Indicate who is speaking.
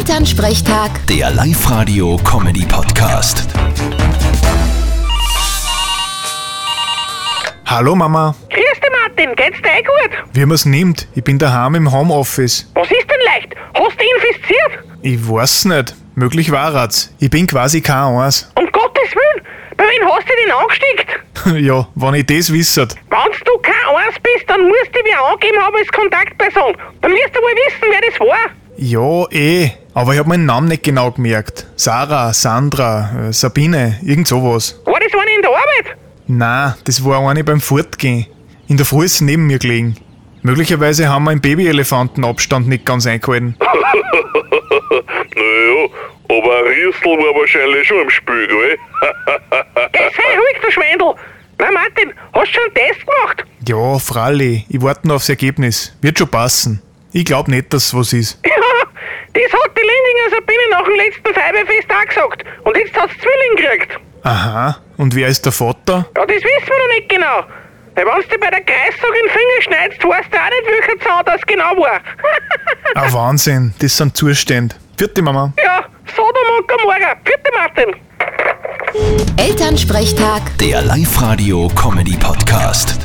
Speaker 1: Elternsprechtag,
Speaker 2: Der Live-Radio-Comedy-Podcast.
Speaker 3: Hallo Mama,
Speaker 4: Grüß dich, Martin. Geht's dir eh gut?
Speaker 3: wie man's nimmt, ich bin daheim im Homeoffice.
Speaker 4: Was ist denn leicht? Hast du dich infiziert?
Speaker 3: Ich weiß nicht, möglich war's. Ich bin quasi kein eins.
Speaker 4: Um Gottes Willen, bei wem hast du dich denn angesteckt?
Speaker 3: ja, wenn ich das wisset.
Speaker 4: Wenn du kein Eins bist, dann musst du dich wer angeben haben als Kontaktperson. Dann wirst du wohl wissen, wer das war.
Speaker 3: Ja, eh, aber ich hab meinen Namen nicht genau gemerkt. Sarah, Sandra, äh, Sabine, irgend sowas.
Speaker 4: War das einer in der Arbeit?
Speaker 3: Na, das war eine beim Fortgehen. In der Früh ist sie neben mir gelegen. Möglicherweise haben wir im Babyelefantenabstand nicht ganz eingehalten.
Speaker 5: Naja, aber ein Riesel war wahrscheinlich schon im Spiel, gell?
Speaker 4: Geh, sei ruhig, du Schwendel. Na, Martin, hast du schon einen Test gemacht?
Speaker 3: Ja, Fralli, ich warte noch aufs Ergebnis. Wird schon passen. Ich glaub nicht, dass was ist.
Speaker 4: Ja, das hat die Lindinger Sabine nach dem letzten Feibefest auch gesagt. Und jetzt hat's Zwilling gekriegt.
Speaker 3: Aha, und wer ist der Vater?
Speaker 4: Ja, das wissen wir noch nicht genau. Weil wenn du dir bei der Kreissäge den Finger schneidest, weißt du auch nicht, welcher Zahn das genau war.
Speaker 3: Ah, Wahnsinn, das sind Zustände. Vierte Mama.
Speaker 4: ja, Sodom und Gomorra. Bitte, Martin.
Speaker 1: Elternsprechtag.
Speaker 2: Der Live-Radio-Comedy-Podcast.